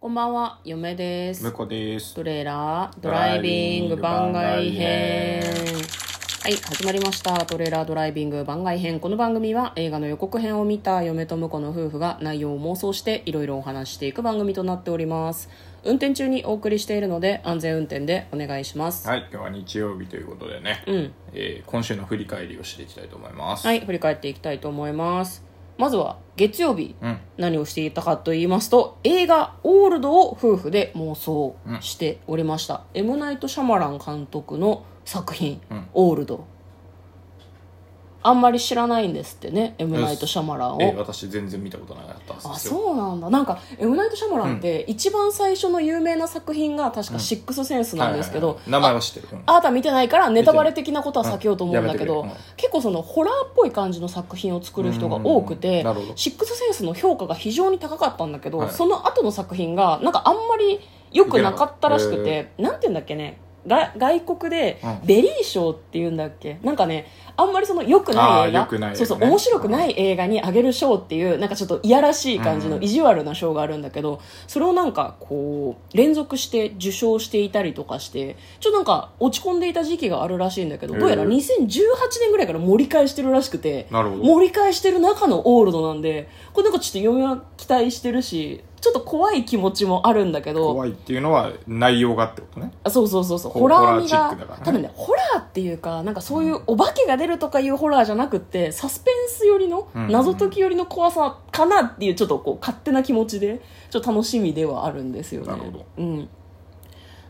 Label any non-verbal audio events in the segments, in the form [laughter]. こんばんは、嫁です向。こです。トレーラードライビング番外編。はい、始まりました。トレーラードライビング番外編。この番組は映画の予告編を見た嫁と婿の夫婦が内容を妄想していろいろお話していく番組となっております。運転中にお送りしているので安全運転でお願いします。はい、今日は日曜日ということでね、うん。えー今週の振り返りをしていきたいと思います。はい、振り返っていきたいと思います。まずは月曜日、うん、何をしていたかと言いますと映画「オールド」を夫婦で妄想しておりました、エム・ナイト・シャマラン監督の作品「うんオールド」あんまり知らないんですってねエム・ナイト・シャマランえーを私全然見たことなかったんですよ。あそうなんだなんかエム・ナイト・シャマランって一番最初の有名な作品が確か「シックス・センス」なんですけはいどはいはい名前は知ってる。うんあなた見てないからネタバレ的なことは避けようと思うんだけど、うんやめてくれ結構そのホラーっぽい感じの作品を作る人が多くうんうんうてんなるほどシックスセンスの評価が非常に高かったんだけど、はいその後の作品がなんかあんまり良くなかったらしくいけなて、なんて言うんだっけねが外国でうんベリー賞っていうんだっけなんかねあんまりその良くない映あー良画くない映画ねそうそう面白くない映画にあげる賞っていうなんかちょっといやらしい感じうのん意地悪な賞があるんだけど、それをなんかこう連続して受賞していたりとかしてちょっとなんか落ち込んでいた時期があるらしいんだけどどうやらへー2018年ぐらいから盛り返してるらしくてなるほど。盛り返してる中のオールドなんでこれなんかちょっと嫁は期待してるしちょっと怖い気持ちもあるんだけど怖いっていうのは内容がってことね。あそうそうそうそうホホラー味ホラーが、チックだからね多分ねホラーっていうかなんかそういうお化けが出るとかいうホラーじゃなくってサスペンス寄りのうん謎解き寄りの怖さかなっていうちょっとこう勝手な気持ちでちょっと楽しみではあるんですよね。なるほどうん、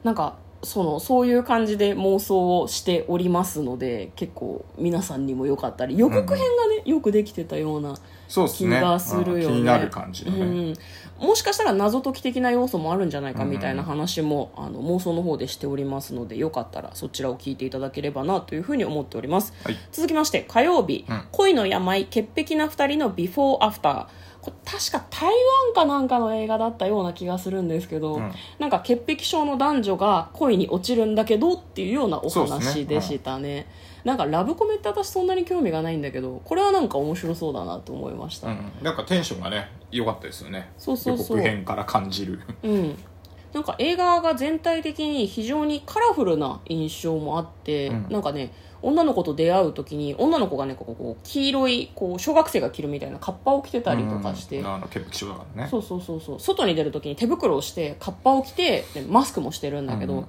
なんかそのそういう感じで妄想をしておりますので結構皆さんにもよかったり予告編がね、よくできてたような、そうですね。気がするよねうん気になる感じうのね。ん、もしかしたら謎解き的な要素もあるんじゃないかみたいな話も、あの妄想の方でしておりますのでよかったらそちらを聞いていただければなというふうに思っておりますはい。続きまして火曜日、うん恋の病潔癖な2人のビフォーアフターこれ確か台湾かなんかの映画だったような気がするんですけど、うんなんか潔癖症の男女が恋に落ちるんだけどっていうようなおそうです話ねでしたねなんかラブコメって私そんなに興味がないんだけどこれはなんか面白そうだなと思いました、うん、なんかテンションがね、良かったですよね。そうそうそう予告編から感じる。うん、なんか映画が全体的に非常にカラフルな印象もあって、うんなんかね女の子と出会う時に女の子がねこうこう黄色いこう小学生が着るみたいなカッパを着 [laughs] てたりとかして、うんあの、潔癖症だからね。そうそうそうそう外に出る時に手袋をしてカッパを着てでマスクもしてるんだけど、うん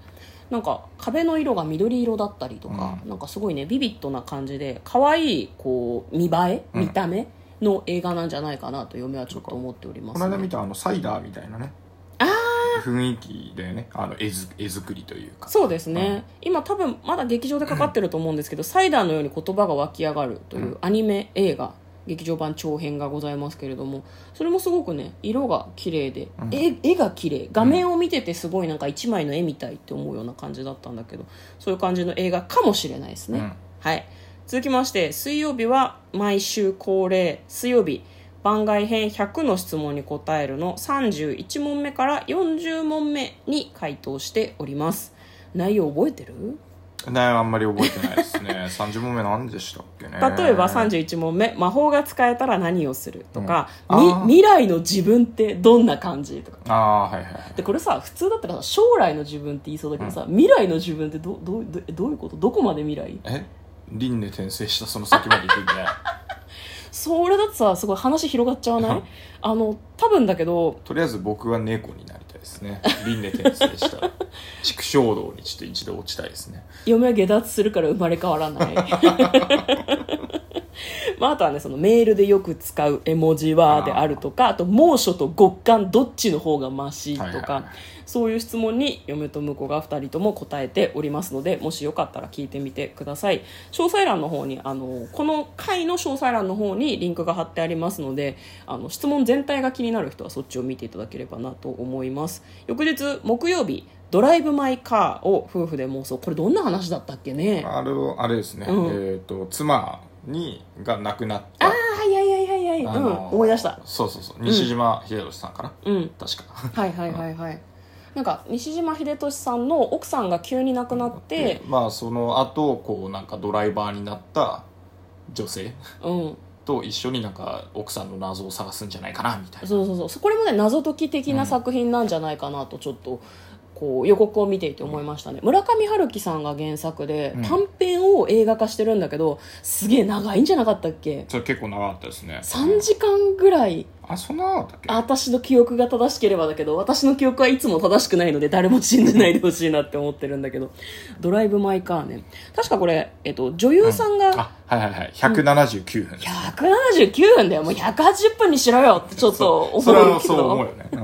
なんか壁の色が緑色だったりとか、うなんかすごいねビビッドな感じで可愛いこう見栄えうん見た目の映画なんじゃないかなと嫁はちょっと思っておりまこす、のね、間見たあの、サイダーみたいなね。雰囲気だよね。あの、絵づ絵作りというか。そうですね、今多分まだ劇場でかかってると思うんですけど「サイダーのように言葉が湧き上がる」というアニメ映画、劇場版長編がございますけれどもそれもすごくね色が綺麗で、うん絵絵が綺麗画面を見ててすごいなんか一枚の絵みたいって思うような感じだったんだけどそういう感じの映画かもしれないですね、うんはい続きまして水曜日は毎週恒例水曜日番外編100の質問に答えるの31問目から40問目に回答しております内容覚えてるね、あんまり覚えてないですね。30問 [laughs] 目何でしたっけね。例えば31問目「魔法が使えたら何をする?」とか、うんみあー未来の自分ってどんな感じ?」とかああ、はいはい。でこれさ普通だったらさ将来の自分って言いそうだけどさ、未来の自分ってどどどどういうことどこまで未来え輪廻転生したその先まで行く [laughs] んで。それだってさすごい話広がっちゃわない [laughs] あの多分だけどとりあえず僕は猫になりたいですね。輪廻転生し [laughs] たら。畜生道にちょっと一度落ちたいですね。嫁は下脱するから生まれ変わらない [laughs] まあ、あとはねそのメールでよく使う絵文字はであるとかあと猛暑と極寒どっちの方がマシとか、はいはいはいそういう質問に嫁と婿が2人とも答えておりますのでもしよかったら聞いてみてください詳細欄の方にあのこの回の詳細欄の方にリンクが貼ってありますのであの質問全体が気になる人はそっちを見ていただければなと思います翌日木曜日ドライブ・マイ・カーを夫婦で妄想これどんな話だったっけねあれを、あれですね。うんえっと、妻に、が亡くなっあた。あはいはいはいはいはい、あうんの思い出した。そうそうそう。西島秀俊さんかな。 [laughs] うん確か。はいはいはいはいなんか西島秀俊さんの奥さんが急に亡くなってまあ、その後、こう、なんかドライバーになった女性うんとと一緒になんか奥さんの謎を探すんじゃないかなみたいなそうそうそうこれもね謎解き的な作品なんじゃないかなとちょっとこう予告を見ていて思いましたね、村上春樹さんが原作でうん短編を映画化してるんだけどすげえ長いんじゃなかったっけそれ結構長かったですね3時間ぐらいあそんな長かったっけあ私の記憶が正しければだけど私の記憶はいつも正しくないので誰も信じないでほしいなって思ってるんだけど「ドライブ・マイ・カー」ね確かこれ、えっと、女優さんが、あはいはいはい179分、 179分だよもう180分にしろよってちょっと思うけそれはどそう思うよね、 [laughs] うん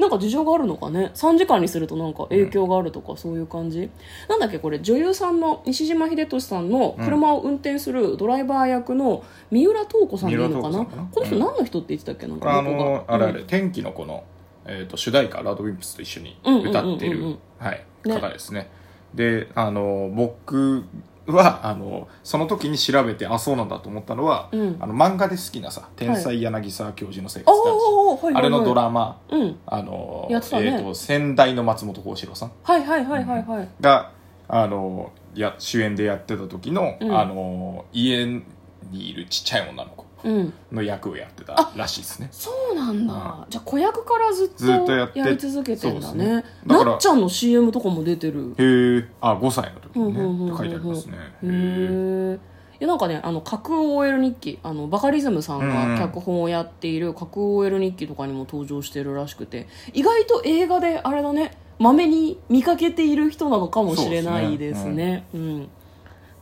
なんか事情があるのかね3時間にするとなんか影響があるとかそういう感じ、なんだっけこれ女優さんの西島秀俊さんの車を運転するドライバー役の三浦透子さんでいいのかな三浦透子さんかなこの人何の人って言ってたっけなんかあ向こうのがあれあうれん天気の子の、えー、と主題歌ラドウィンプスと一緒にうんうんうんうんうん歌ってるはいね方ですねであの僕はあのその時に調べてあそうなんだと思ったのは、うんあの漫画で好きなさ「天才柳沢教授の生活あってあるじゃんあはいはいはいあれのドラマうんあの、やってたねえー、と先代の松本幸四郎さんはいはいはいはいはいがあのや主演でやってた時の,、うんあの家にいるちっちゃい女の子うんの役をやってたらしいですねそうなんだうじゃあ子役からずっずっととやってやり続けてんだそうねですねだからなっちゃんの CM とかも出てるへえあ5歳の時にうんうんうんうんうんねって書いてありますねへへえーいやなんかねあの架空 OL 日記あのバカリズムさんが脚本をやっている架空 OL 日記とかにも登場してるらしくて意外と映画であれだねまめに見かけている人なのかもしれないですねうん、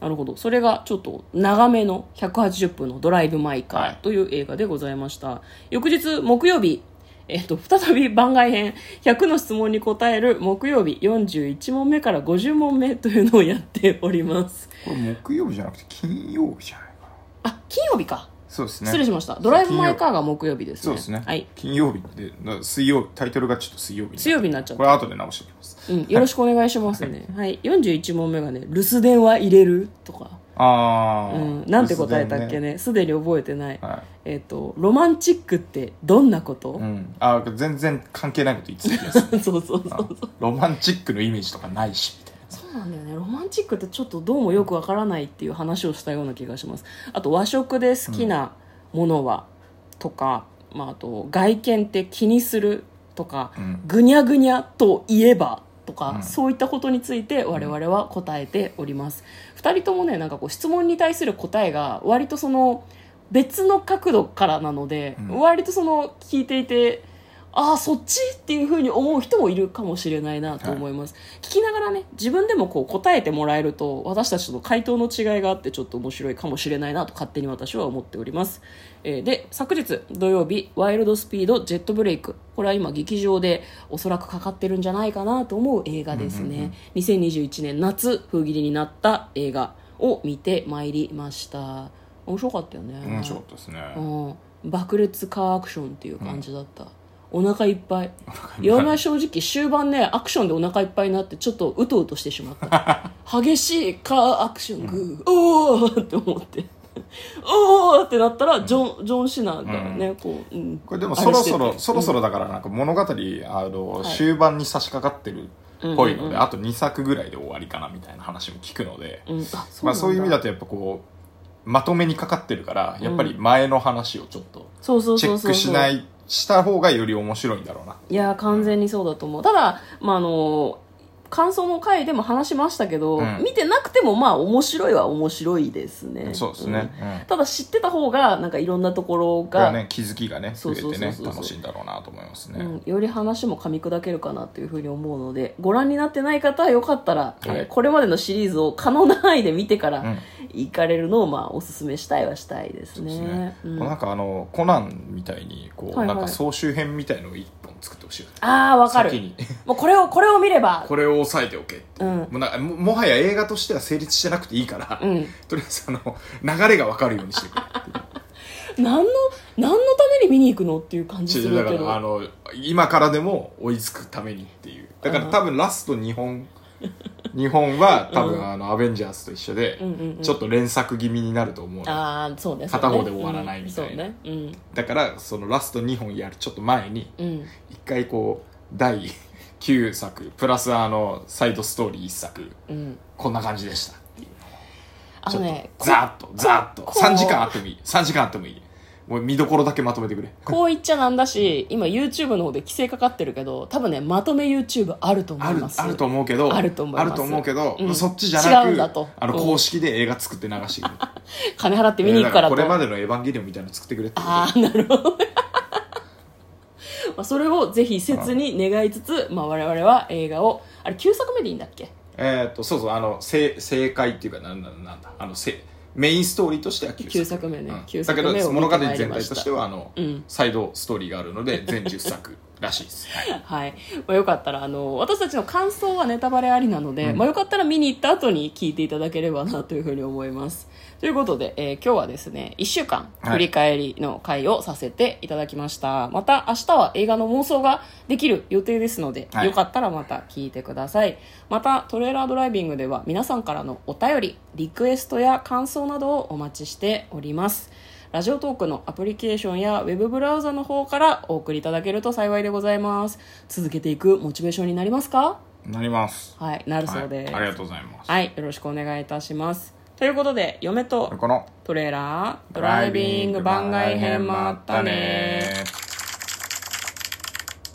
なるほどそれがちょっと長めの180分の「ドライブ・マイ・カはーい」という映画でございました、翌日木曜日えっと、再び番外編100の質問に答える木曜日41問目から50問目というのをやっておりますこれ木曜日じゃなくて金曜日じゃないかなあ金曜日かそうですね失礼しましたドライブ・マイ・カーが木曜日ですねそうですね、はい、金曜日でな水曜日タイトルがちょっと水曜日水曜日になっちゃったこれ後で直しておきますうん、よろしくお願いします [laughs] ね、はい、41問目がね「留守電話入れる?」とか、ああ、うん、なんて答えたっけねねすでに覚えてない、はえっと「ロマンチックってどんなことい、うん、あ全然関係ないこと言ってた気が [laughs] する [laughs] そうそうそうあそうロマンチックのイメージとかないしみたいなそうなんだよねロマンチックってちょっとどうもよくわからないっていう話をしたような気がしますあと和食で好きなものはとか、まあ、あと外見って気にするとか、うんぐにゃぐにゃといえばとか、うんそういったことについて我々は答えております、二人ともねなんかこう質問に対する答えが割とその別の角度からなので、うん割とその聞いていてああそっちっていうふうに思う人もいるかもしれないなと思います、聞きながらね自分でもこう答えてもらえると私たちとの回答の違いがあってちょっと面白いかもしれないなと勝手に私は思っております、えーで昨日土曜日「ワイルドスピードジェットブレイク」これは今劇場でおそらくかかってるんじゃないかなと思う映画ですね、うんうんうん2021年夏封切りになった映画を見てまいりました面白かったよね面白かったですね、うん、爆裂カーアクションっていう感じだった、お腹いっぱいいいやな正直終盤ねアクションでお腹いっぱいになってちょっとうとうとしてしまった [laughs] 激しいカーアクショングーおーって思っておーってなったらジョンジョン・シナがね、こう、うん、これでもあそろしてそてろそろそろだからなんか物語、あの終盤に差し掛かってるっぽいので、あと2作ぐらいで終わりかなみたいな話も聞くので、うん、あそうまなあ、んそういう意味だとやっぱこうまとめにかかってるからやっぱり前の話をちょっとそうそうチそうェッそうクしないした方がより面白いんだろうないやー完全にそうだと思うただ、まあ、あの感想の回でも話しましたけど、うん見てなくてもまあ面白いは面白いですねそうですね、うんうんただ知ってた方がなんかいろんなところこれはが、ね気づきがねそ増うえそうそうそてうね楽しいんだろうなと思いますね、うん、より話も噛み砕けるかなというふうに思うのでご覧になってない方はよかったら、えーこれまでのシリーズを可能な範囲で見てかうらん行かれるのをまあおすすめしたいはしたいですそうねですね、うんなんかあのコナンみたいにこう、はいはいなんか総集編みたいのを一本作ってほしいよねああわかる先に [laughs] もうこれをこれを見ればこれを抑えておけってうんもうなんかももはや映画としては成立してなくていいから、うんとりあえずあの流れが分かるようにして [laughs] くれ何の何のために見に行くのっていう感じす違るうだかけらあどの今からでも追いつくためにっていうだから多分ラスト2本日本は多うん分あの、アベンジャーズと一緒で、うんうんうんちょっと連作気味になると思うのああそうね片方で終わらないみたいなそうねだからそのラスト2本やるちょっと前にうんうん一回こう第9作プラスあのサイドストーリー1作うんこんな感じでしたあのねちょっとざーっとざーっとこう3時間あってもいい3時間あってもいいもう見どころだけまとめてくれこう言っちゃなんだし今 YouTube の方で規制かかってるけど多分ねまとめ YouTube あると思あいるますあると思うけどあると思いますあると思うけど、うんそっちじゃな違うんだくとあのうん公式で映画作って流してくれ、金払って見に行くからえーだと、これまでのエヴァンゲリオンみたいなの作ってくれってことああなるほど [laughs] まあそれをぜひ切に願いつつ、まあ、我々は映画をあれ9作目でいいんだっけえーっとそうそうあの正正解っていうかなんだなんだあのせメインストーリーとしては9 9作作目ね、うん9だ作け目を見てまいどり物ました語全体としてはあの、うんサイドストーリーがあるので全10作らし [laughs] いです、はいはいまあ、よかったらあの私たちの感想はネタバレありなので、うんまあ、よかったら見に行った後に聞いていただければなというふうに思いますということで、えー今日はですね1週間はい振り返りの回をさせていただきました、また明日は映画の妄想ができる予定ですので、はいよかったらまた聞いてくださいまたトレーラードライビングでは皆さんからのお便りリクエストや感想などをお待ちしておりますラジオトークのアプリケーションやウェブブラウザの方からお送りいただけると幸いでございます続けていくモチベーションになりますかなります、はいなるそうです、はいありがとうございます、はいよろしくお願いいたしますということで嫁とこのトレーラードライビング番外編もあったねー